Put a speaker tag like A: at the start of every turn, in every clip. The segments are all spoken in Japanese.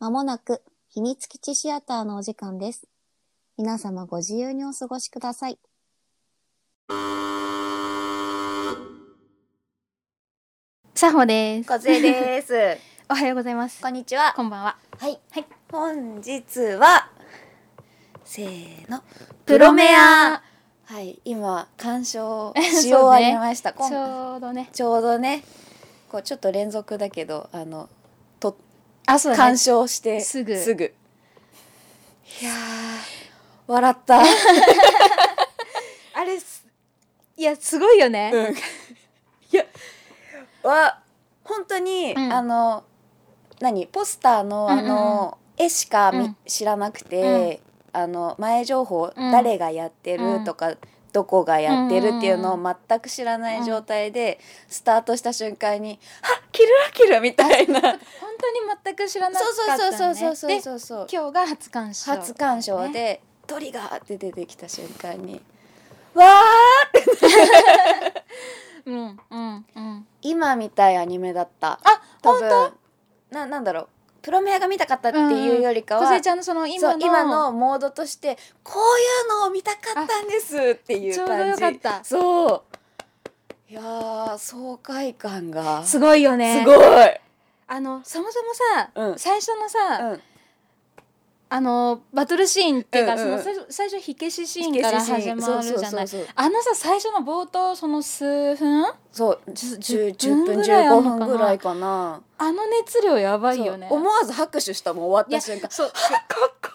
A: まもなく秘密基地シアターのお時間です。皆様ご自由にお過ごしください。
B: さほです。
C: 小杖です。
B: おはようございます。
C: こんにちは。
B: こんばんは。
C: はい。
B: はい
C: 本日は、せーの、
B: プロメア。
C: はい、 今、鑑賞
B: そうね
C: し終わりました。今
B: ちょうどね。
C: ちょうどね、こうちょっと連続だけど、あの、と、
B: あ、そ
C: 鑑賞して、
B: すぐ
C: すぐ。いやー、笑った。あれ、す
B: いや、すごいよね。
C: うん、いやは本当に、
B: うん
C: あの何ポスターのあの、絵しかみ、
B: うん
C: 知らなくて、あの前情報、
B: うん
C: 誰がやってるとか、どこがやってるっていうのを
B: う
C: 全く知らない状態で、スタートした瞬間に「あキルラキル」みたい な。
B: 本当に全く知らなか
C: そ
B: った、ね。
C: うそうそうそうそうそうそう。
B: で今日が初鑑賞。
C: 初鑑賞で、
B: ね
C: トリガーって出てきた瞬間に「わー
B: うんうんうん。
C: 今みたいアニメだった」
B: あ、
C: 多
B: 本
C: 分
B: 当。
C: ななんだろうプロメアが見たかったっていうよりかは、
B: 小
C: そう
B: 瀬ちゃんのその今
C: 今
B: の
C: のモードとしてこういうのを見たかったんですっていう
B: ちょうど
C: 感
B: よ
C: じ
B: かった。
C: そういやー爽快感が
B: すごいよね。
C: すごい、
B: あのそもそもさ、
C: うん
B: 最初のさ、
C: うん
B: あのバトルシーンっていうか、
C: うんうんうん
B: その最初最初火消しシーンから始まるじゃない。
C: そうそうそうそう
B: あのさ最初の冒頭その数分
C: そうじゅ
B: 10
C: 10分
B: ぐらいあ
C: 15
B: んのかな
C: 分ぐらいかな
B: あの熱量やばいよね。
C: そう思わず拍手したもん終わった瞬間
B: そう
C: かっこ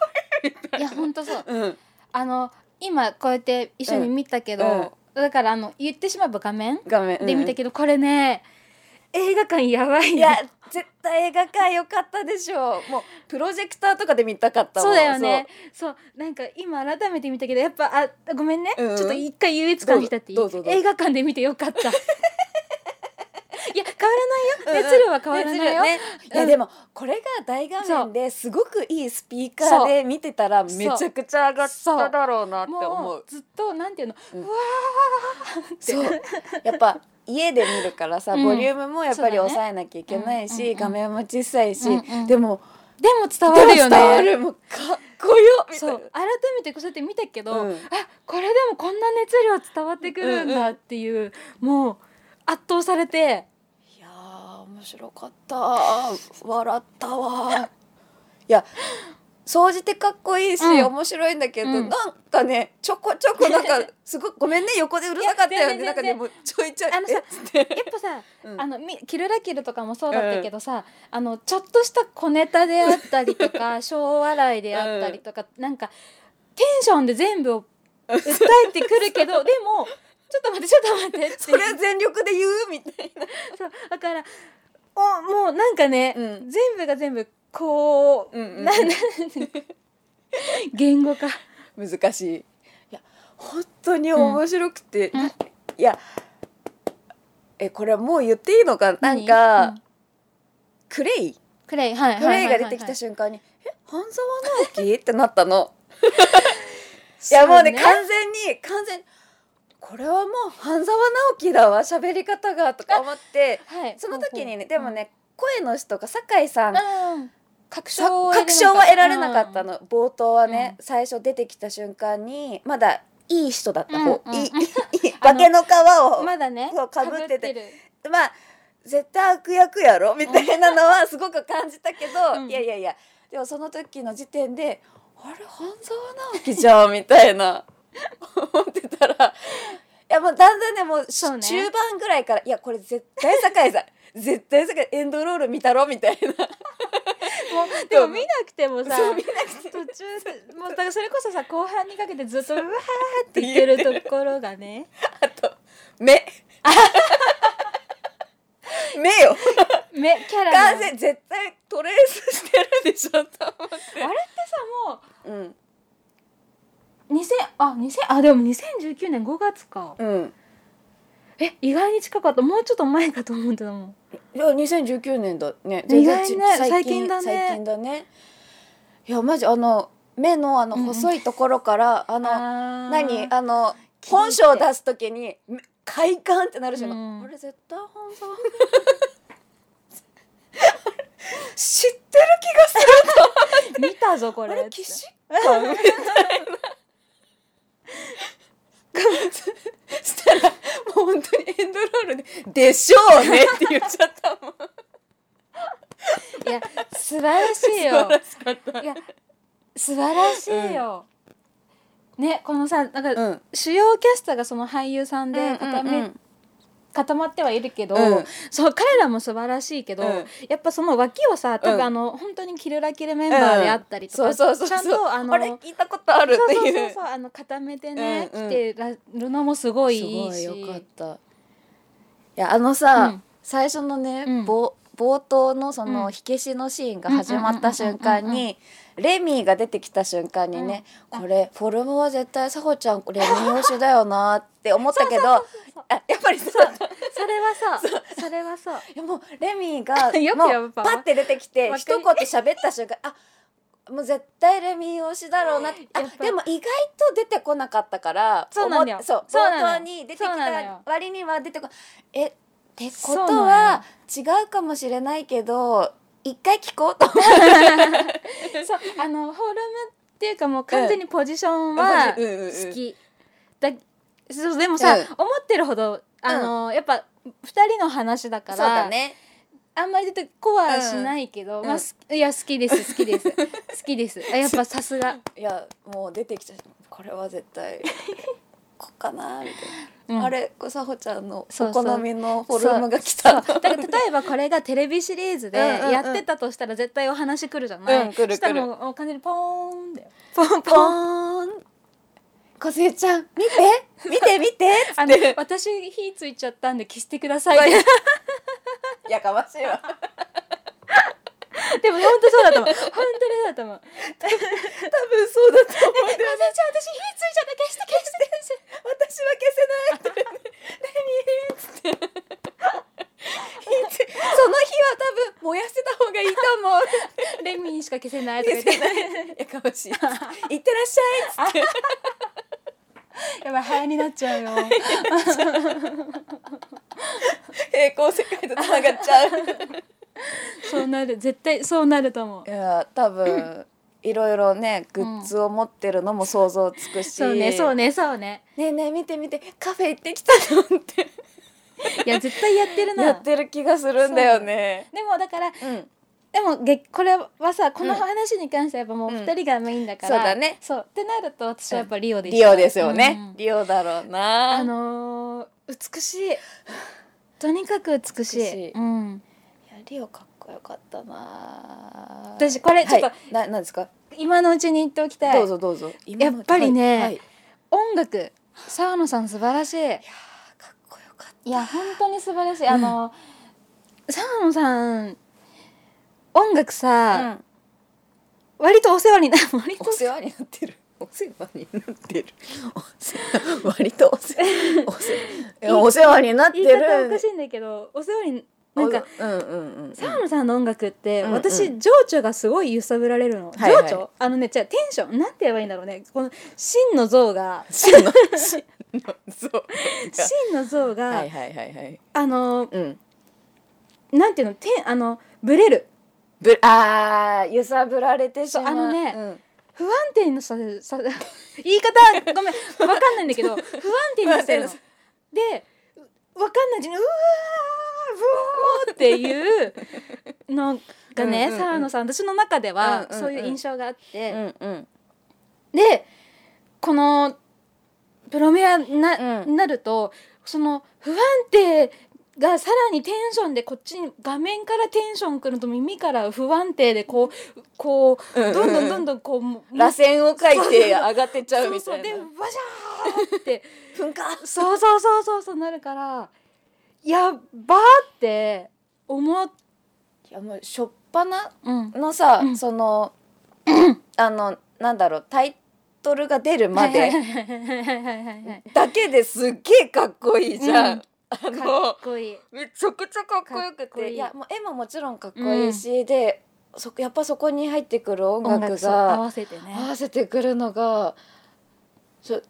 B: いや本当そう。
C: いい、うん、
B: あの今こうやって一緒に見たけど、
C: うんうん
B: だからあの言ってしまえば画面
C: 画面、うん
B: で見たけど、これね映画館やばい
C: い
B: ね
C: や絶対映画館良かったでしょうもうプロジェクターとかで見たかったも
B: そ
C: ん
B: うだよねそうなんか今改めて見たけどやっぱあごめんね、
C: うん
B: ちょっと一回優越感きたっていい
C: どうぞどうぞ
B: 映画館で見てよかっ たいや変わらないよ
C: うん
B: 熱量は変わらないよ、
C: ねいや
B: うん
C: でもこれが大画面ですごくいいスピーカーで見てたら
B: そう
C: めちゃくちゃ上がっただろうなって
B: も
C: 思
B: う
C: う。
B: ずっとなんていうの、
C: うん
B: うわ
C: そうやっぱ家で見るからさ、
B: うん
C: ボリュームもやっぱり
B: そうだね
C: 抑えなきゃいけないし、
B: うんうんうん
C: 画面も小さいし、
B: うんうん
C: でも
B: ーでも伝わる
C: で
B: よね
C: も伝わるもうかっこよみたい
B: そ
C: な
B: う改めてこうやって見たけど、
C: うん
B: あこれでもこんな熱量伝わってくるんだっていう、もう圧倒されて
C: いやー面白かった笑ったわいや総じてかっこいいし、
B: うん
C: 面白いんだけど、
B: うん
C: なんかねちょこちょこなんかすごいごめんね横でうるさかったよ
B: い
C: ねなん
B: や全然
C: かね
B: 全然
C: もうちょいちょい
B: あのさ
C: えっつって
B: やっぱさ、
C: うん
B: あのみキルラキルとかもそうだったけどさ、あのちょっとした小ネタであったりとか小笑いであったりとか、なんかテンションで全部を訴えてくるけどでもちょっと待ってちょっと待ってって
C: それ全力で言うみたいな
B: そうだからおもうなんかね、
C: うん
B: 全部が全部こう、
C: うんうんうん
B: なな言語化。
C: 難しいいや本当に面白くて、
B: うん
C: いやえこれもう言っていいのかなんか、
B: 何うん
C: クレイ
B: クレイはいはい
C: ク
B: はい
C: レイ
B: はい
C: が
B: はい
C: 出てきた瞬間に「え半沢直樹?」ってなった の。いやもうね
B: そ
C: 完全に完全にこれはもう半沢直樹だわ喋り方がとか思って
B: はい
C: その時にね
B: ほ
C: で
B: うほ
C: も
B: う
C: ね声の人が酒井さん
B: うんうん確
C: さ
B: 証は
C: 確証は得られなかった
B: うん
C: の冒頭はね最初出てきた瞬間にまだいい人だった方
B: うんうん
C: いいいい化けの皮を
B: まだね
C: そう被ってて
B: 被
C: まあ絶対悪役やろみたいなのはすごく感じたけど、
B: うん
C: いやいやいやでもその時の時点で「あれ半沢直樹じゃん」みたいな思ってたらいやもうだんだんねもう
B: そうね
C: 中盤ぐらいから「いやこれ絶対酒井さん 絶対酒井エンドロール見たろ」みたいな
B: もうでも見なくてもさ
C: そう見
B: 途中もうだからそれこそさ後半にかけてずっとうわーって 言ってるところがね
C: あと目 目よ
B: 目キャラの
C: 完全絶対トレースしてるでしょと思って
B: あれってさも
C: うん
B: う2000あ2000あでも2019年5月か
C: うん
B: え意外に近かったもうちょっと前かと思ってたもん
C: いや2019年だね
B: 意外
C: ち
B: ね最近だね
C: 最近だねいやマジあの目のあの
B: うんうん
C: 細いところから、あの
B: あー
C: 何あの
B: て
C: 本性を出す時にめ快感ってなるじゃん、
B: うん
C: あれ絶対本当知ってる気がすると
B: だぞこ
C: あ
B: れ
C: れ
B: って
C: 既視感みたいな したらもう本当にエンドロールで「でしょうね」って言っちゃったもん
B: いや素晴らしい よ
C: しかった
B: いや素晴らしいよ、ねこのさなんか、
C: うん
B: 主要キャスターがその俳優さんで固め、固まってはいるけど、
C: うん
B: そう彼らも素晴らしいけど、
C: うん
B: やっぱその脇をさ多
C: うん
B: 分あの、本当にキルラキルメンバーであったりとか、
C: うんそうそうそう
B: ちゃんとあの
C: あれ聞いたことある
B: そう
C: って
B: そう
C: い
B: そううそうあの固めてね、
C: うんうん
B: 来てらるのもすごい
C: す
B: いい
C: ごい
B: し
C: よかったいやあのさ、
B: うん
C: 最初のね、
B: うん
C: ぼ冒頭のその
B: うん
C: 火消しのシーンが始まった瞬間
B: うんうんうん
C: にレミーが出てきた瞬間にね、
B: うん
C: これフォルムは絶対サホちゃんレミー推しだよなって思ったけどあやっぱりさ
B: それ はそうそれはそう
C: いやもうレミーが
B: よく
C: も
B: や
C: う
B: っぱ
C: パッて出てきて
B: わ
C: 一
B: か
C: 言
B: り
C: 喋った瞬 間あもう絶対レミー推しだろうなってあ
B: やっぱ
C: でも意外と出てこなかったから
B: そうなのよ
C: 思っそう
B: そうなのよ
C: 冒頭に出てき
B: そうなの
C: た
B: よ
C: 割には出てこえってこ
B: そう
C: と
B: な
C: は違うかもしれないけど一回聞こうと思
B: そうあのフォルムっていうかもう完全にポジション は
C: うんうんうんうん
B: 好き、だそうでもさ、
C: うん
B: 思ってるほどあの、やっぱ二人の話だか
C: う
B: ら
C: そうだね
B: あんまり出てこはしないけど、
C: うん
B: まあ、すいや好きです好 きです好きですあやっぱさすが、
C: いやもう出てきちゃったこれは絶 対こっかなみたい
B: うん
C: な、あれこうさほちゃんの
B: そ
C: お
B: うそう
C: 好みのフ
B: そう
C: ォルムが来
B: そ
C: た
B: うだから例えばこれがテレビシリーズで
C: うんうんうん
B: やってたとしたら絶対お話来るじゃない、
C: うん来る来る
B: したらもうもう完全にポーンだよ
C: ポンポーン。小杉ちゃん、見て、見て、見て。
B: あの私火ついちゃったんで消してくだ さいって
C: やかましいわ。
B: でも本当そうだと思う。本当にそうだと思う。
C: 多分そうだと思う。
B: え、おじいちゃん、私火ついちゃった、消して、消して、消して。
C: 私は消せないって。何つって。その日は多分燃やしてた方がいいと思う。
B: レミにしか消せないとか言って。
C: やかましい。いってらっしゃいっつって。
B: やばい、早になっちゃうよ。
C: 平行世界と繋がっち ゃう。
B: そうなる、絶対そうなると思う
C: い。や、多分。いろいろね、グッズを持ってるのも想像つくし。
B: そうね、そう。ね、そうね。
C: ねえねえ、見て見て、カフェ行ってきたのって。
B: いや、絶対やってるな。
C: やってる気がするんだよね。
B: でもだから
C: うん。
B: でもげこれはさこの
C: うん
B: 話に関してはやっぱもう
C: うん
B: 2人がメインだから、
C: そうだね
B: そうってなると私はやっぱリオでした
C: リオですよね。
B: うん
C: リオだろうな。
B: あのー美しいとにかく美しい
C: 美しい
B: うん、
C: いやリオかっこよかったな。
B: 私これちょっと
C: はい、ななんですか。
B: 今のうちに言っておきたい
C: どうぞどうぞ。今の
B: やっぱりね
C: はいはい
B: 音楽沢野さん素晴らしい
C: あーかっこよかった。
B: いや本当に素晴らしいあの、沢野さん音楽さ、
C: うん
B: 割とお世話にな 割と
C: お世話になってる。お世話になってる。お世話割とお世 話お世話いやお世話になって
B: 言い
C: る。
B: 方おかしいんだけどお世話になんか
C: おうんうんうんうん。
B: 沢野さんの音楽って、
C: うんうん
B: 私情緒がすごい揺さぶられるの、
C: はいはい
B: 情緒あのねじゃあテンションなんて言えばいいんだろうねこの真の像 が
C: 真の真のそう。
B: 真の像が、
C: はいはいはいはい。
B: あの
C: うん。
B: なんていうのてんあのブレる
C: ぶあー揺さぶられてしまう。
B: そうあのね
C: うん
B: 不安定にさせさ言い方ごめんわかんないんだ けど不安定にさせるの
C: 不安
B: でうわかんないうちにうわーブーっていうのが
C: うん
B: ね
C: うんうん
B: 沢野さん私の中では
C: うんうんうん
B: そういう印象があって、
C: うんうん
B: でこのプロメアな,、
C: うん
B: なるとその不安定がさらにテンションでこっちに画面からテンションくると耳から不安定でこうこう
C: うんうんうん
B: どんどんどんどんこうもう
C: 螺旋を書いて上がってっちゃうみたいな
B: そうそうでバシャーって
C: 噴火
B: そうそうそうそうそうなるからやっばーって思っ
C: いやもう初っ端
B: うん
C: のさ、
B: うん
C: その、 あのなんだろうタイトルが出るま
B: はいは
C: で
B: いはいはいはいはいはい
C: だけですっげえかっこいいじゃん、
B: うん
C: あ
B: か
C: の
B: っこいい
C: めちゃくちゃかっこよくて
B: かっこいい
C: やもう絵ももちろんかっこいいし、でそやっぱそこに入ってくる音
B: 音
C: 楽
B: 楽と合
C: が
B: わせてね
C: 合わせてくるのがそう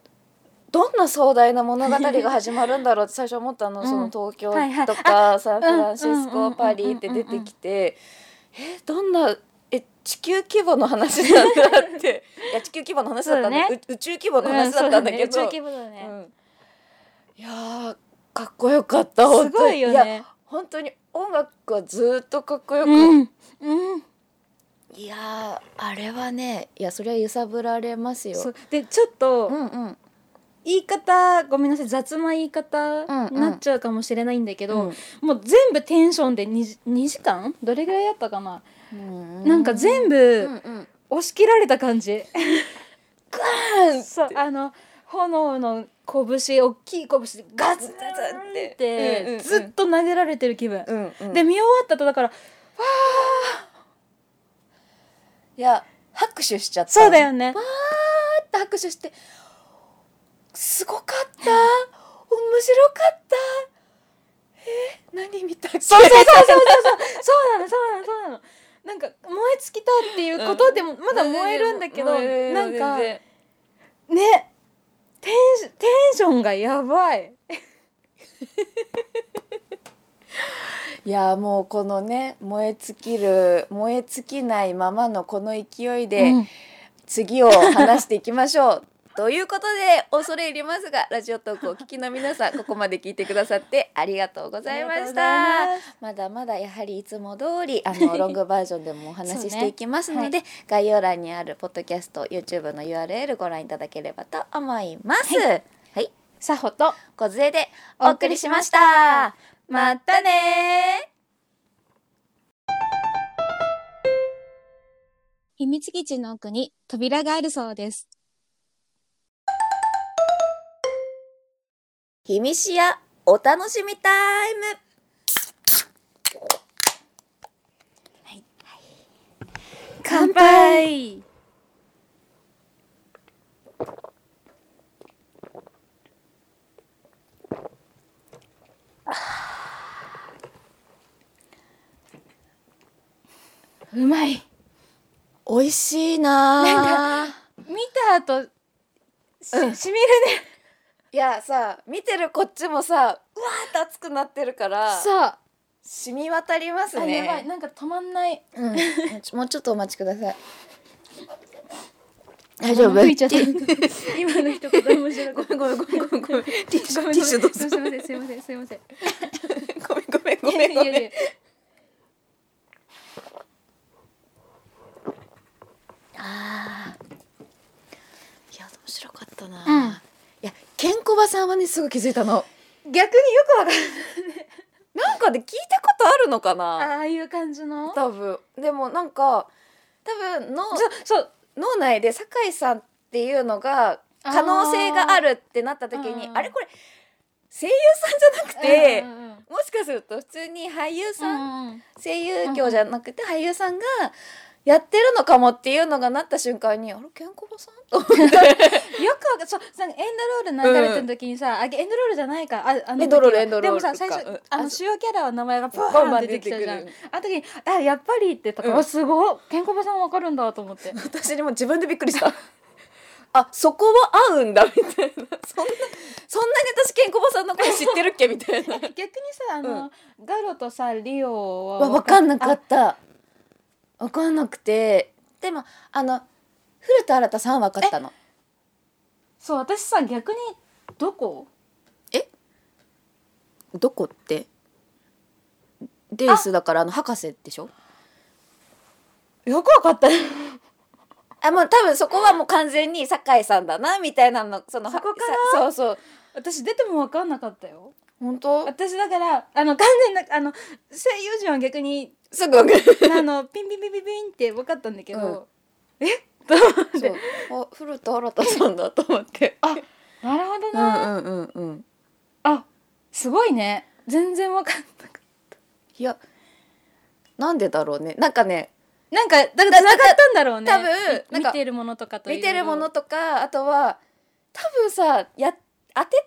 C: どんな壮大な物語が始まるんだろうって 最初思ったの、
B: うん
C: その東京
B: はいはい
C: とかサンフ
B: うん
C: ランシス
B: うんうんうんうん
C: コ
B: うん
C: パリって出てきてえどんなえ地球規模の話なんだって いや地球規模の話だったんだ、
B: そう
C: う宇宙規模の話
B: そ
C: だ
B: う
C: った
B: だ
C: んだ
B: ね
C: け
B: 宇宙
C: ど、
B: 規模だね、
C: うんいやーかっこよかった本
B: す
C: 当
B: ご
C: に
B: いよ
C: いや
B: ね
C: 本当に音楽はずーっとかっこよく、
B: うんうん
C: いやーあれはねいやそれは揺さぶられますよ
B: そうでちょっと、
C: んうん
B: 言い方ごめんなさい雑な言い方
C: うんうん
B: になっちゃうかもしれないんだけど、
C: うん
B: もう全部テンションで 2, 2時間どれぐらいやったかな、
C: な
B: なんか全
C: 部
B: 部押し切られた感じ、
C: うん
B: そうあの炎の拳大きい拳でガツッ
C: って
B: って、
C: うんうんうん
B: ずっと投げられてる気分、
C: うんうん
B: で見終わったとだから
C: いや拍手しちゃった
B: そうだよね
C: って拍手してすごかった面白かったえ何見たっけ
B: そうそうそうそうそうそうそうなのそうなのそうなのなんか燃え尽きたっていうことでも、まだ燃えるんだけど、
C: 燃えるよ
B: なんか
C: 全然
B: ねテンシテンションがやばい
C: いやもうこのね燃え尽きる燃え尽きないままのこの勢いで、
B: うん
C: 次を話していきましょうということで恐れ入りますがラジオトークをお聞きの皆さんここまで聞いてくださってありがとうございまし
B: あ
C: た
B: りがとうございま
C: ますだまだやはりいつも通りあのロングバージョンでもお話ししていきますので、
B: そうね
C: 概要欄にあるポッドキャスト YouTube の URL ご覧いただければと思いますはい、
B: さほと
C: 小杖でお送りしましたまたね
A: 秘密基地の奥に扉があるそうです。
C: ひみしやお楽しみタイム。乾杯。
B: うまい
C: 美味しいなー
B: 見た後し,、しみるね
C: いやさ見てるこっちもさうわーって熱くなってるから
B: さ
C: 染み渡ります
B: あ、
C: ね
B: やばいなんか止まんない
C: うん、もうちょっとお待ちください大丈夫
B: 吹いちゃった今の一言面白いごめんごめんごめんごめんごめんティッシュ
C: ティッシュどうぞ
B: すいませんすいませんすいません
C: ごめんごめんごめんごめん
B: いやいやいや
C: あーいや面白かったな、
B: うん
C: いやケンコバさんはねすぐ気づいたの
B: 逆によくわか
C: なんかで聞いたことあるのか
B: ら
C: な
B: ないああいう感じの
C: 多分でもなんか多分の
B: そうそう
C: 脳内で酒井さんっていうのが
B: あー
C: 可能性があるってなった時に
B: う
C: あ
B: ん
C: れこれ声優さんじゃなくて、
B: うんうん
C: もしかすると普通に俳優
B: う
C: さん、
B: んうん
C: 声優業じゃなくて俳優さんがやってるのかもっていうのがなった瞬間にあれケンコバさんと思って
B: よくわかそうなんかエンドロール流れてる時にさ、あエンドロールじゃないかああの時は
C: エンドロールエンドロール
B: でもさ最初、
C: うん
B: あの主要キャラの名前がパ
C: バン
B: ー
C: バ
B: ン
C: ン
B: 出てきたじゃん
C: 出てく
B: あの時にあやっぱりってとか、
C: うん
B: わすごいケンコバさんわかるんだと 思って
C: 私にも自分でびっくりしたあそこは合うんだみたいな そんなそんなに私ケンコバさんの声知ってるっけみたいな
B: 逆にさあの、ガロとさリオは
C: わ分かんなか
B: あ
C: った分かんなくてでもあの古田新太さんは分かったの
B: そう私さ逆にどこ
C: どこってレースだからあの博士でしょ
B: よくわかったね
C: あもう多分そこはもう完全に酒井さんだなみたいなのその
B: そこか
C: さそうそう
B: 私出てもわかんなかったよ
C: 本当
B: 私だからあの完全なあの声優陣は逆に
C: すぐ分かる
B: あのピンピンピンピンピンって分かったんだけど、え
C: そうあ古田新太さんだと思って あ
B: なるほど
C: う
B: な、
C: んうんうんうん
B: あすごいね全然わかんなく
C: いやなんでだろうねなんかね
B: なんかだから繋がったんだろうね
C: 多分な
B: み
C: んか
B: 見てるものとかとい
C: 見
B: う
C: てるものとかあとは多分さや当ててる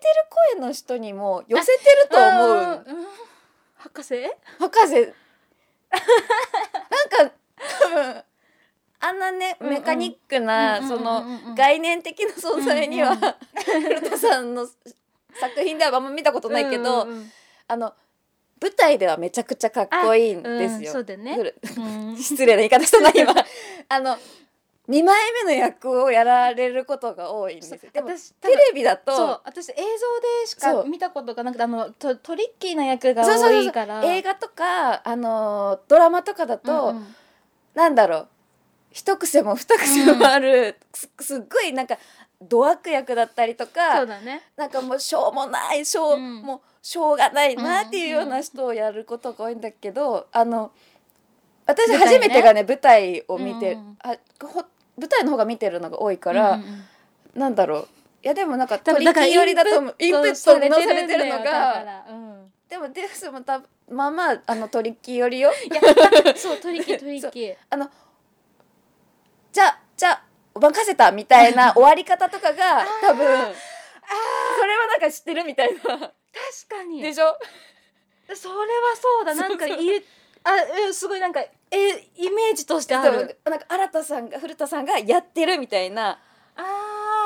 C: 声の人にも寄せてると思う
B: あーうん博士
C: 博士なんか多分あんなね
B: うんうん
C: メカニックな、
B: うんうん
C: そ
B: うんうんうんう
C: の
B: ん
C: 概念的な存在には、
B: うんうん
C: 古田さんの作品ではあんま見たことないけど、
B: うんうんうん
C: あの舞台ではめちゃくちゃかっこいいんです
B: うん
C: よ。
B: そうだよね
C: フル
B: うん
C: 失礼な言い方したな今あの2枚目の役をやられることが多いんですよでも
B: 私
C: テレビだ
B: そう
C: と
B: 私映像でし
C: そ
B: か
C: う
B: 見たことがなくてあのトトリッキーな役が
C: そうそうそう
B: 多いから
C: 映画とか、あのドラマとかだと、
B: うんうん
C: なんだろう一癖も二癖もある、すすっごいなんかド悪役だったりと
B: そ
C: か
B: うだね
C: なんかもうしょうもないしょう、
B: うん
C: もうしょうがないなっていうような人をやることが多いんだけどあの私
B: 舞台ね
C: 初めてがね舞台を見て、
B: うん
C: あほ舞台の方が見てるのが多いから。
B: うんうんうん
C: なんだろういやでもなんか
B: 多
C: 取
B: 分
C: り
B: だから
C: 切り寄りだと思うインプット
B: され
C: の
B: て
C: さ
B: る
C: れ
B: ん
C: て
B: だ
C: る
B: よ
C: の
B: だか
C: が
B: らうん
C: でもデフスもたまあまああの取り切り寄 りよ
B: いやそうトリッキートリッキー
C: あのじゃじゃ任せたみたいな終わり方とかが多分それはなんか知ってるみたいな
B: 確かに
C: でしょ
B: それはそうだなんかいいあうんすごいなんかえイメージとしてあ
C: 多分
B: る
C: なんか新田さんが古田さんがやってるみたいな
B: あ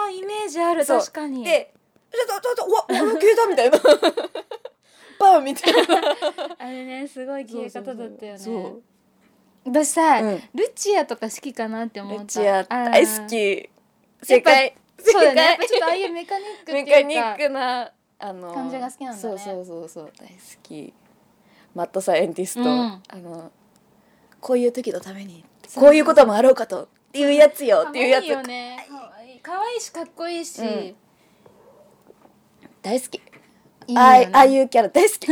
B: ーイメージある
C: そう
B: 確かに
C: でちょっとちょっとうわ俺消えたみたいなバーンみたいな
B: あれねすごい消え方だったよね
C: そ
B: 私さ、
C: うん
B: ルチアとか好きかなって
C: う
B: 思った
C: ルチア大好き世界
B: そうだねやっ
C: 世
B: ぱ
C: 界
B: ちょっとああいうメカニックってい
C: メ
B: うか
C: カニックなあの
B: 感じが好きなんだ
C: そ
B: ね
C: うそうそうそう大好きマッドサイエンティスト、
B: うん
C: あのこういう時のために
B: そう
C: こういうこともあろうかとっていうやつよっていうや
B: 可愛
C: つ
B: いよね可愛い可愛いしかっこいいし、
C: うん
B: い
C: 大好き
B: いよね
C: ああいああいうキャラ大好 き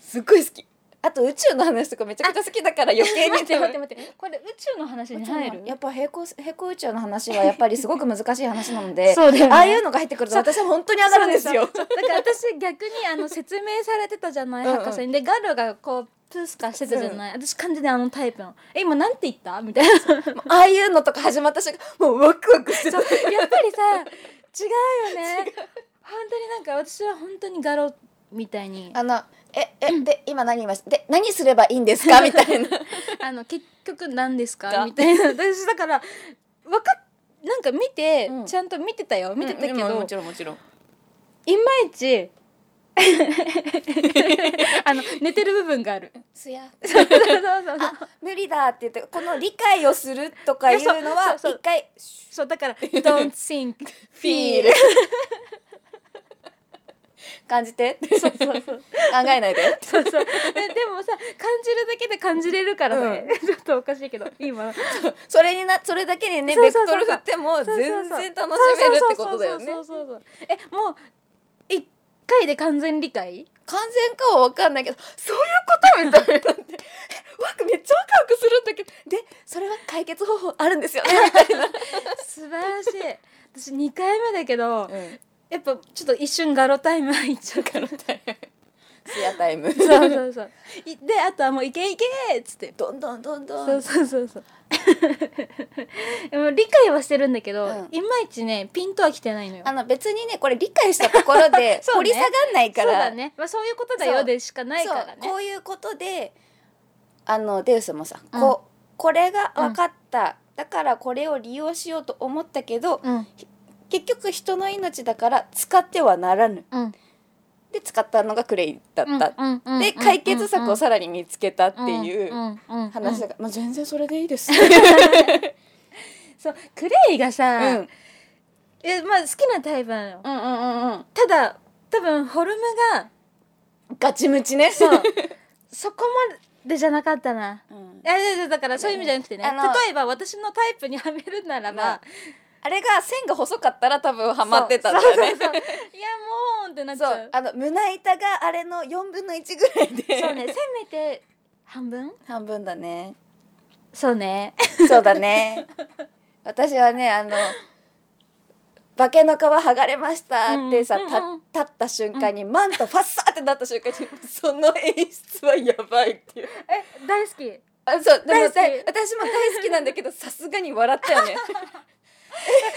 C: すっごい好きあと宇宙の話とかめちゃくちゃ好きだから余計に
B: 待って待って 待ってこれ宇宙の話に入る
C: やっぱ平行平行宇宙の話はやっぱりすごく難しい話なので
B: そうだよね
C: ああいうのが入ってくると私は本当に上がるんですよ
B: そうそうだから私逆にあの説明されてたじゃない
C: うんうん
B: 博士にでガルがこうプースカしてたじゃない私完全にあのタイプなのえ今なんて 言ったみたいな
C: もうああいうのとか始まった瞬間もうワクワクしてた
B: そうやっぱりさ違うよ ね本当になんか私は本当にガロみたいに
C: あの、え、え、で、今何言いました。で、何すればいいんです かみたいな。
B: あの結局何ですか
C: が
B: みたいな私だからわかっなんか見て、
C: うん
B: ちゃんと見てたよ見てたけど、い
C: ろん、もちろん。
B: ま いちあの寝てる部分が ある
C: すや。
B: そうそうそうそう
C: あ、無理だって言って、この理解をするとかいうの
B: い
C: は、
B: やそうそうそう
C: 一回。
B: そうだか ら don't think
C: フィール。 感じて。そうそうそう。考えないで。
B: そう そうででもさ感じるだけで感じれるからね、 ちょっとおかしいけど今
C: それにな、それだけにね、
B: そう
C: ベ
B: そう
C: ク
B: そうそ
C: ト
B: う
C: ル振っても、
B: そうそう
C: 全
B: そう
C: 然楽しめるってことだよね
B: そ。うそうそうそうえもう一回で完全理解
C: 完全かはわかんないけど、そういうことみたい なんで。ワク、めっちゃワクワクするんだけど、で、それは解決方法あるんですよね。みたいな。
B: 素晴 らしい私2回目だけど、やっぱちょっと一瞬ガロタイム入っちゃうから
C: シアタイム。
B: そうそうそういであとはもう「いけいけ!」っつって
C: どんどんどんどん。
B: そうそうそうそうで も理解はしてるんだけど、
C: うん
B: いまいちねピンとは来てないのよ
C: あの別にねこれ理解したところで
B: そ
C: 掘
B: うね
C: り下がんないか
B: そう
C: ら
B: だね、まあ、そういうことだよでしかないから
C: そうこ
B: ね
C: ういうことであのデウスもさ、ここれが分かった、だからこれを利用しようと思ったけど、
B: うん
C: 結局人の命だから使ってはならぬ
B: うん
C: で使ったのがクレイだ
B: うん
C: った、
B: うんうん
C: で解決策をさらに見つけたっていうん
B: うんうん
C: 話だから、まあ、全然それでいいです、
B: そうクレイが
C: う
B: さ、
C: ん
B: えまあ、好きなタイプなの
C: うんうんうんうん
B: ただ多分フォルムが
C: ガチムチね
B: そうそこまでじゃなかったな
C: うん
B: いやいやいやだからそういう意味じゃなくてね
C: あの
B: 例えば私のタイプにはめるならば
C: あれが線が細かったら多分ハマってたんだよね
B: そうそうそういやもうってなっち
C: そ
B: ゃ
C: う
B: う
C: あの胸板があれの4分の1ぐらいで
B: そうねせめて半分
C: 半分だね
B: そうね
C: そうだね私はねあの「化けの皮剥がれました」ってさ、
B: うん
C: た
B: うん
C: 立った瞬間に、マントファッサーってなった瞬間にその演出はやばいっていう
B: え大好きえ
C: あそうで
B: 大好
C: も
B: き
C: 大私も大好きなんだけどさすがに笑ったよ ね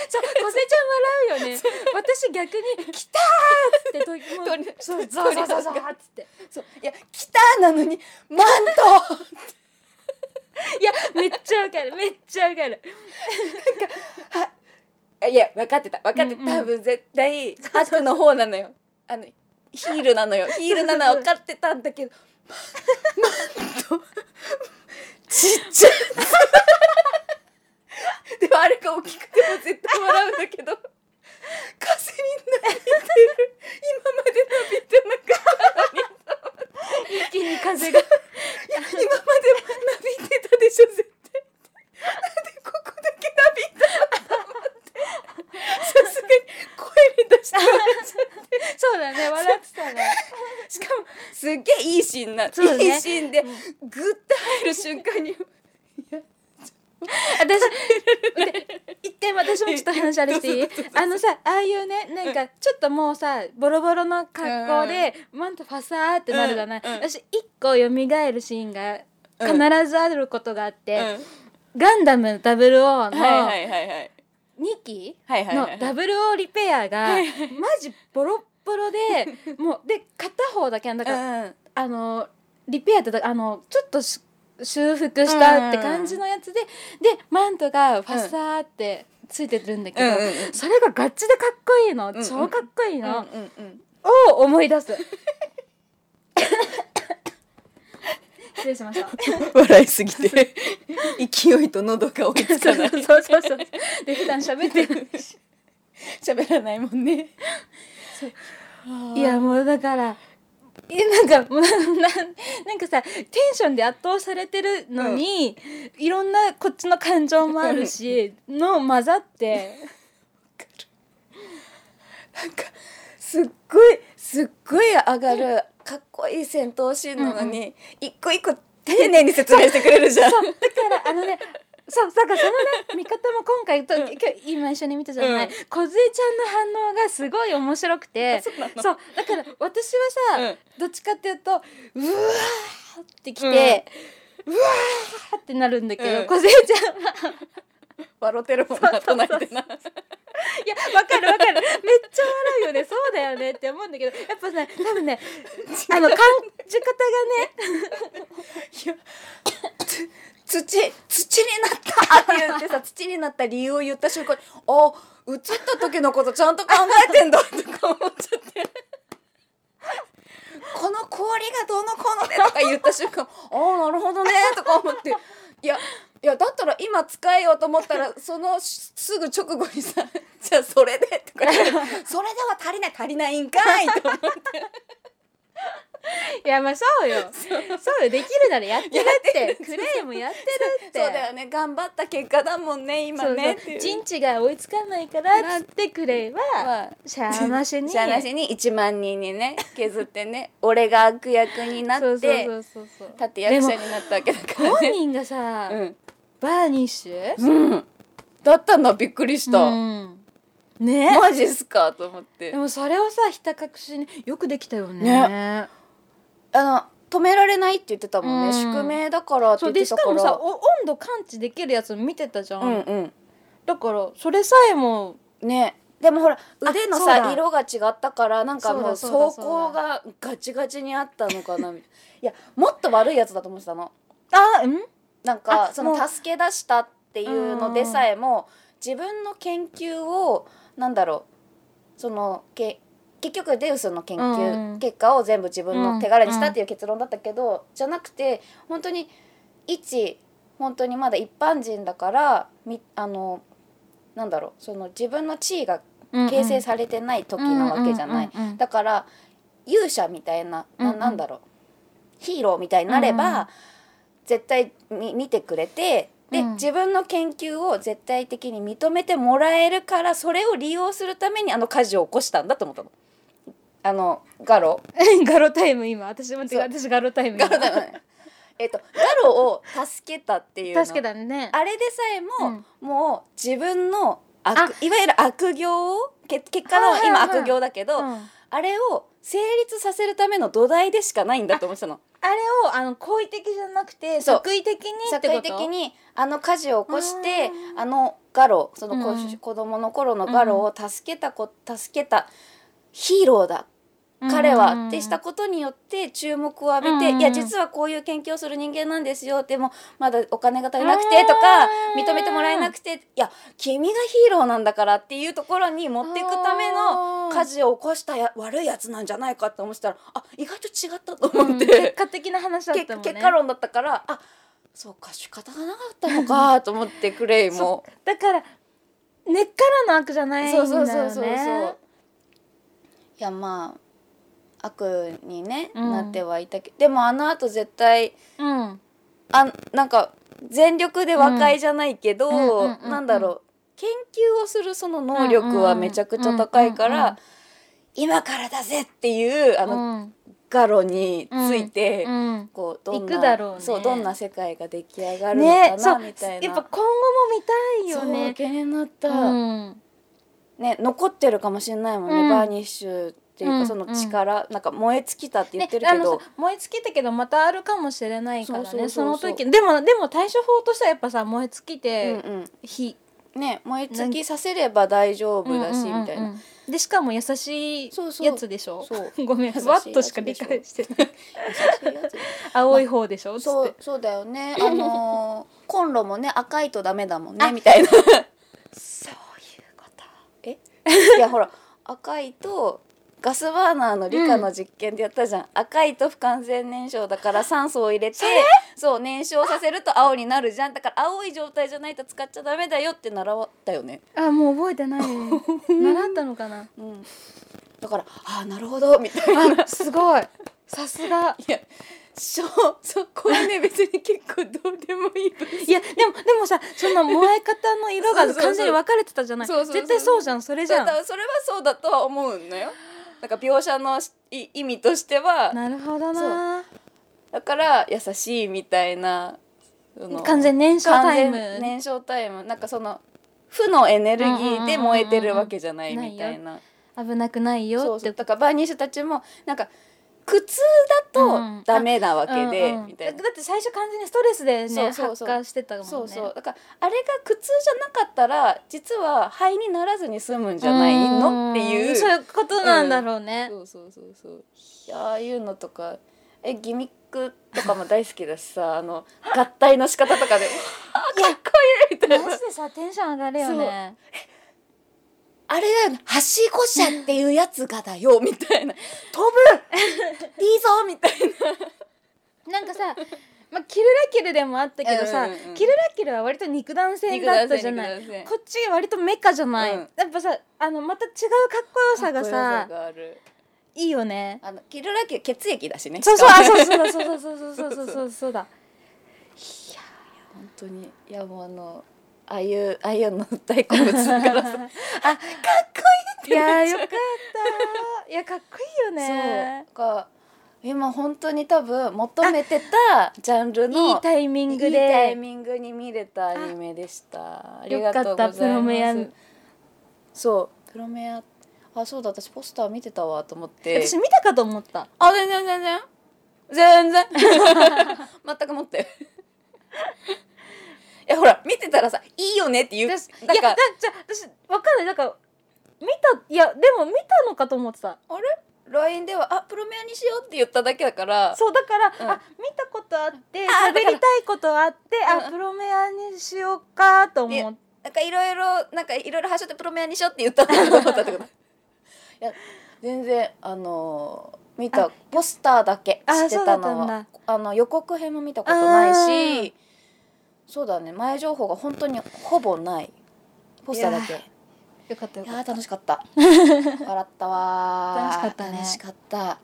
B: そう小瀬ちゃん 笑うよね私逆に「来た!」ってとも
C: 鳥
B: うそうそうそうそうそうっつって
C: そういや「来た!」なのに「マント!」
B: いやめっちゃわかるめっちゃわかる
C: いや分かってた分かってた、
B: うんうん
C: 多分絶対悪の方なのよあのヒールなのよヒールなのは分かってたんだ けどちっちゃいでもあれが大きくても絶対笑うんだけど風になびいてる今まで伸びてなかったのに
B: 一気に風 が
C: 今までも伸びてたでしょ絶対なんでここだけ伸びたのと思ってさすがに声に出して笑っちゃった
B: そうだね笑ってたね
C: しかもすっげえいいシーンな、
B: そうだね
C: いいシーンでグッと入る瞬間 に
B: 私で一点私もちょっと話あれ していいあのさああいうねなんかちょっともうさボロボロの格好でマントファサーってなるじゃない、
C: うんうん
B: 私一個蘇るシーンが必ずあることがあっ
C: う
B: て、
C: ん
B: ガンダム00
C: は
B: の
C: いはいはいはい
B: 2期
C: はいはい
B: の
C: はい
B: 00リペアがマジボロッボ ロでもうで片方だけだから、
C: うん
B: あのリペアってだあのちょっとし修復したって感じのやつで、でマントがファサーってついてるんだけど、
C: うんうんうん
B: それがガチでかっこいいの、
C: ん
B: 超かっこいいの、
C: うんうん
B: を思い 出す失礼しました
C: 笑いすぎて勢いと喉が追いつ
B: そ
C: か
B: う
C: ない
B: そうそうそうで普段喋ってる
C: 喋らないもんね
B: いやもうだからえなんかもうなんなんかさテンションで圧倒されてるのに、いろんなこっちの感情もあるしの混ざって
C: なんかすっごいすっごい上がるかっこいい戦闘シーンなのに、一個一個丁寧に説明してくれるじゃん。
B: そうだからあのねそうだからそのね見方も今回と今日今一緒に見たじゃない、
C: うん
B: 小梢ちゃんの反応がすごい面白くてそうだから私はさ、
C: うん
B: どっちかっていうとうわーってきて、うわーってなるんだけど、
C: うん
B: 小梢ちゃんは
C: 笑ってるもんな隣でな。
B: いや、わかるわかる。めっちゃ笑うよね。そうだよねって思うんだけど、やっぱね、多分ね、 あの、感じ方がね、
C: 土土になったって言ってさ土になった理由を言った瞬間に「あ映った時のことちゃんと考えてんだ」とか思っちゃって「この氷がどうのこうので」とか言った瞬間「ああなるほどね」とか思っていやいやだったら今使えようと思ったらそのすすぐ直後にさ 「じゃあそれで」とか言って「それでは足りない足りないんかい」と思って
B: いや、まあそうよ。そうよ。できるならやってるって。クレイもやってるっ て。
C: そうだよね頑張った結果だもんね今
B: そう
C: ね
B: そう陣地が追いつかないからっつってクレイは
C: は
B: しゃあなしに
C: しゃあなしに1万人にね削ってね 俺が悪役にな
B: そう
C: っ
B: そう
C: て
B: そうそうそう
C: 立役者
B: でも
C: になったわけだ から
B: 本
C: ね。
B: 人がさ、
C: うん
B: バーニッシュ
C: うん、だったんだびっくりした、
B: うんね
C: マジっすかと思って
B: でもそれをさひた隠しによくできたよね
C: あの止められないって言ってたもんね、
B: うん
C: 宿命だからって
B: そ
C: 言っ
B: うで
C: て
B: したか
C: か
B: もさ
C: ら
B: お温度感知できるやつ見てたじゃん、
C: うんうん
B: だからそれさえも
C: ねでもほら腕の
B: そう
C: さ
B: だ
C: 色が違ったからなんかもう
B: そうだそうだ
C: 走
B: そう
C: 行がガチガチにあったのかなみたいないやもっと悪いやつだと思ってたの
B: あうん
C: なんか
B: あ
C: そ
B: も
C: の
B: う
C: 助け出したっていうのでさえも自分の研究をなんだろうそのけ結局デウスの研
B: う
C: 究
B: ん
C: 結果を全部自分
B: う
C: の
B: ん
C: 手柄にしたっていう結論だったけどじゃなくて本当に一本当にまだ一般人だからみあのなんだろうその自分の地位が形成されてない時なわけじゃない。
B: うんうんうんうん
C: だから勇者みたいなな
B: うんうん
C: なんだろうヒーローみたいになれ
B: うんうん
C: ば絶対み見てくれてで
B: うん
C: 自分の研究を絶対的に認めてもらえるからそれを利用するためにあの火事を起こしたんだと思ったの。あのガロ
B: ガロタイム今私も違
C: そう
B: う私ガロタイム
C: ガ
B: 今
C: ロだよ ねえっとガロを助けたっていうの
B: 確かだね
C: あれでさえも、もう自分の
B: あ
C: 悪いわゆる悪行をけ結果の
B: はいはい
C: 今
B: はい
C: 悪行だけど、
B: うん
C: あれを成立させるための土台でしかないんだと思ってたの。
B: あれをあの好意的じゃなくて
C: そう
B: 即位的に
C: 社
B: ってこ
C: 会
B: と
C: 的にあの火事を起こして
B: あ
C: あのガロその子,、
B: うんうん
C: 子供の頃のガロを助けた子助けたヒーローだ彼
B: うん
C: はってしたことによって注目を浴びて、
B: うん
C: いや実はこういう研究をする人間なんですよでもまだお金が足りなくてとか
B: うん
C: 認めてもらえなくていや君がヒーローなんだからっていうところに持っていくための
B: の
C: 火事を起こしたや悪いやつなんじゃないかって思ってたらあ意外と違ったと
B: うん
C: 思って、
B: 結果的な話だった
C: 結
B: もんね
C: 結果論だったからあそうか仕方がなかったのかと思ってクレイも。
B: だから根っからの悪じゃないんだ
C: そ
B: よ
C: う
B: ね
C: そうそうそうそういやまあ悪にね、
B: うん
C: なってはいたけどでもあのあと絶対
B: うん
C: あなんか全力で和解じゃないけど、
B: うんうんうんうんうん
C: なんだろう研究をするその能力はめちゃくちゃ高いから、
B: うんうんうん
C: 今からだぜっていうあの、
B: うん
C: ガロについて、
B: うん
C: こうどんな
B: 行くだろうね
C: そうどんな世界が出来上がるの
B: ね
C: か
B: そ
C: な、
B: うやっ
C: みたいな。
B: ぱ今後も見たいよ
C: そう
B: ね
C: 気になった、
B: うん
C: ね、残ってるかもしれないもんね、
B: うん
C: バーニッシュっていう
B: う
C: か
B: ん
C: その力、なんか燃え尽きたって言ってる
B: ね
C: け
B: あ
C: ど、
B: のさ燃え尽きたけどまたあるかもしれないからね
C: そ
B: そう
C: そうそうそう
B: の時でもでも対処法としてはやっぱさ燃え尽き
C: うん
B: て
C: うん
B: 火、
C: ね、燃え尽きさせれば大丈夫だし、
B: うんうんうんうん
C: みたいな。
B: でしかも優しい
C: そうそう
B: やつでしょ
C: そう
B: ごめん
C: 優しい
B: ふわっとしか理解してない
C: 優しいやつ
B: 青い方でしょ、
C: そ
B: つっ
C: う
B: て
C: そうだよねあのーコンロもね赤いとダメだもんねみたいな
B: そういうこと
C: え いやほら赤いとガスバーナーの理科の実験でやったじゃん、赤いと不完全燃焼だから酸素を入れてそう燃焼させると青になるじゃんだから青い状態じゃないと使っちゃダメだよって習ったよね、
B: あもう覚えて ないね習ったのかな
C: うん、だからああなるほどみたいな
B: あすごいさすが
C: いやそうそうこれね別に結構どうでもいい分
B: いやでもでもさその燃え方の色が
C: そうそうそう
B: 完全に分かれてたじゃない
C: そうそうそう
B: 絶対そうじゃんそれじゃ
C: だか
B: ん
C: らそれはそうだとは思うんだよなんか描写のしい意味としては
B: なるほどな
C: だから優しいみたいなその
B: 完全燃焼タイム
C: 完全燃焼タイムなんかその負のエネルギーで燃えてるわけじゃない
B: うんうんうんうん
C: みたいな
B: 危なくない
C: そ
B: よ
C: う
B: っ
C: そ
B: て
C: うだからバーニッシュたちもなんか苦痛だとダメなわけで、
B: うんうん
C: みたいな
B: だだって最初完全にストレスでね
C: そうそうそう
B: 発火してたもんね
C: そうそうだからあれが苦痛じゃなかったら実は肺にならずに済むんじゃないのってい
B: んそういうことなんだろうね、
C: そうそうそうそういやああいうのとかえギミックとかも大好きだしさあ の合体の仕方とかで「あーかっこいい!」みたい
B: マ
C: な
B: ジでさテンション上がるよね
C: あれだよね「はしご車」っていうやつがだよみたい な「飛ぶいいぞ!」みたい
B: なんかさまあ、キルラキルでもあったけどさ、
C: うんうんうん
B: キルラキルは割と肉弾戦だったじゃな
C: 肉弾戦
B: い
C: 肉弾戦
B: こっち割とメカじゃない、
C: うん
B: やっぱさあのまた違うかっこよさ
C: な
B: がさ
C: がある
B: いいよね
C: あのキルラキル血液だしね
B: そうそう
C: しか
B: あ
C: も
B: そうそうそうそうそうそうそうそうそうだ
C: 本当にいやもうあのああいうああいうの大好物だから さあかっこいいっ
B: い
C: てなっちゃ
B: や
C: う
B: ーよかったいやかっこいいよね
C: そうが今本当に多分求めてたジャンルの
B: いいタイミング
C: いいタイ
B: で
C: ミングに見れたアニメでしたあり
B: よ
C: が
B: か
C: とう
B: っ
C: ございま
B: た
C: す
B: プロメア
C: そうプロメアあそうだ私ポスター見てたわと思って
B: 私見たかと思った
C: あ全然全然全然 全く持ってる いやほら見てたらさいいよねって言う
B: い
C: なん
B: やだじゃ
C: か
B: あ私わかんないなんか見たいやでも見たのかと思ってた
C: あれ LINE では「あプロメアにしよう」って言っただけだから
B: そうだから、
C: うん
B: あ見たことあって
C: あ
B: 喋りたいことあって
C: うん
B: あプロメアにしようかと思って
C: なんかいろいろなんかいろいろ発症ってプロメアにしようって言ったんだけどだ ってこといや全然あのー見た
B: あ
C: ポスターだけ
B: あ
C: 知ってた
B: そうだ
C: の
B: ったん
C: は
B: だ
C: あの予告編も見たことないしそうだね前情報が本当にほぼないポスターだけ
B: い
C: い
B: やよかったよ
C: や
B: かっ
C: ー楽しかった 笑ったわー
B: 楽しかったね
C: 楽しかった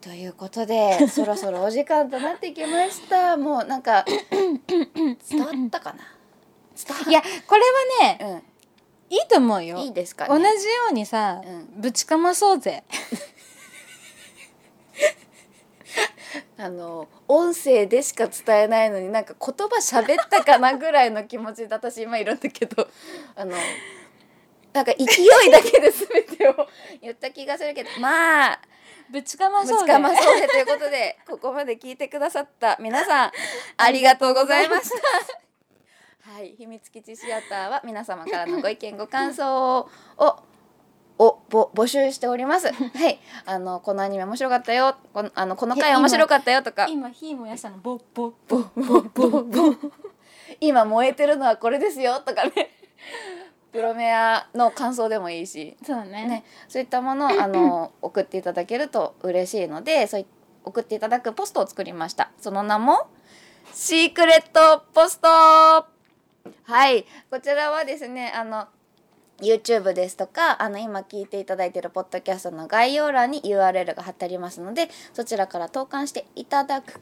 C: ということでそろそろお時間となってきましたもうなん か伝わったかな伝わ
B: たいやこれはね
C: うん
B: いいと思うよ
C: いいですかね
B: 同じようにさ、
C: うん
B: ぶちかまそうぜ
C: あの音声でしか伝えないのになんか言葉喋ったかなぐらいの気持ちで私今いるんだけど あのなんか勢いだけで全てを 言った気がするけどまあ
B: ぶちかま
C: ぶ
B: そう
C: ち
B: ぜ
C: かまそうでということで ここまで聞いてくださった皆さんありがとうござい ました。はい、秘密基地シアターは皆様からのご意見ご感想をおぼ募集しております。はい、あのこのアニメ面白かったよ、このあのこの回面白かったよとか、
B: 今火燃やしたのボッボッボ
C: ボ
B: ッ
C: ボボボ今燃えてるのはこれですよとかね。プロメアの感想でもいいし、
B: そうだね
C: ね、そういったものをあの送っていただけると嬉しいので、そうい送っていただくポストを作りました。その名もシークレットポスト。はい、こちらはですね、あの YouTube ですとかあの今聞いていただいているポッドキャストの概要欄に URL が貼ってありますのでそちらから投函していただくか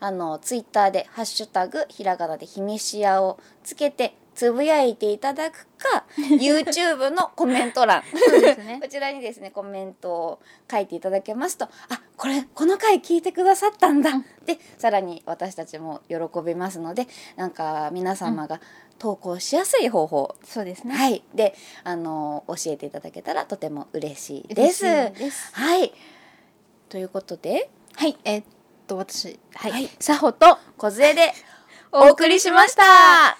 C: あの Twitter で「ハッシュタグひらがな」で「ひみしや」をつけてつぶやいていただくか YouTube のコメント欄
B: そうですね
C: こちらにですねコメントを書いていただけますとあこれこの回聞いてくださったんだでさらに私たちも喜びますのでなんか皆様が投稿しやすい方法
B: そうですね
C: はい、で、あの教えていただけたらとても嬉しいで
B: 嬉
C: す。
B: しいです
C: はい、ということで、
B: はいえーっと私はい、
C: はい
B: サホと
C: 梢でお送りしました。は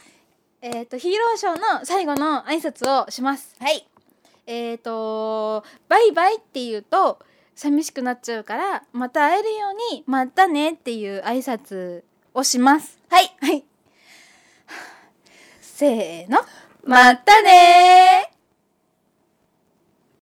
B: えーっとヒーローショーの最後の挨拶をします
C: い、
B: えーっとバイバイって言うと寂しくなっちゃうからまた会えるようにまたねっていう挨拶をします
C: はい、
B: はいはあせーの
C: またねー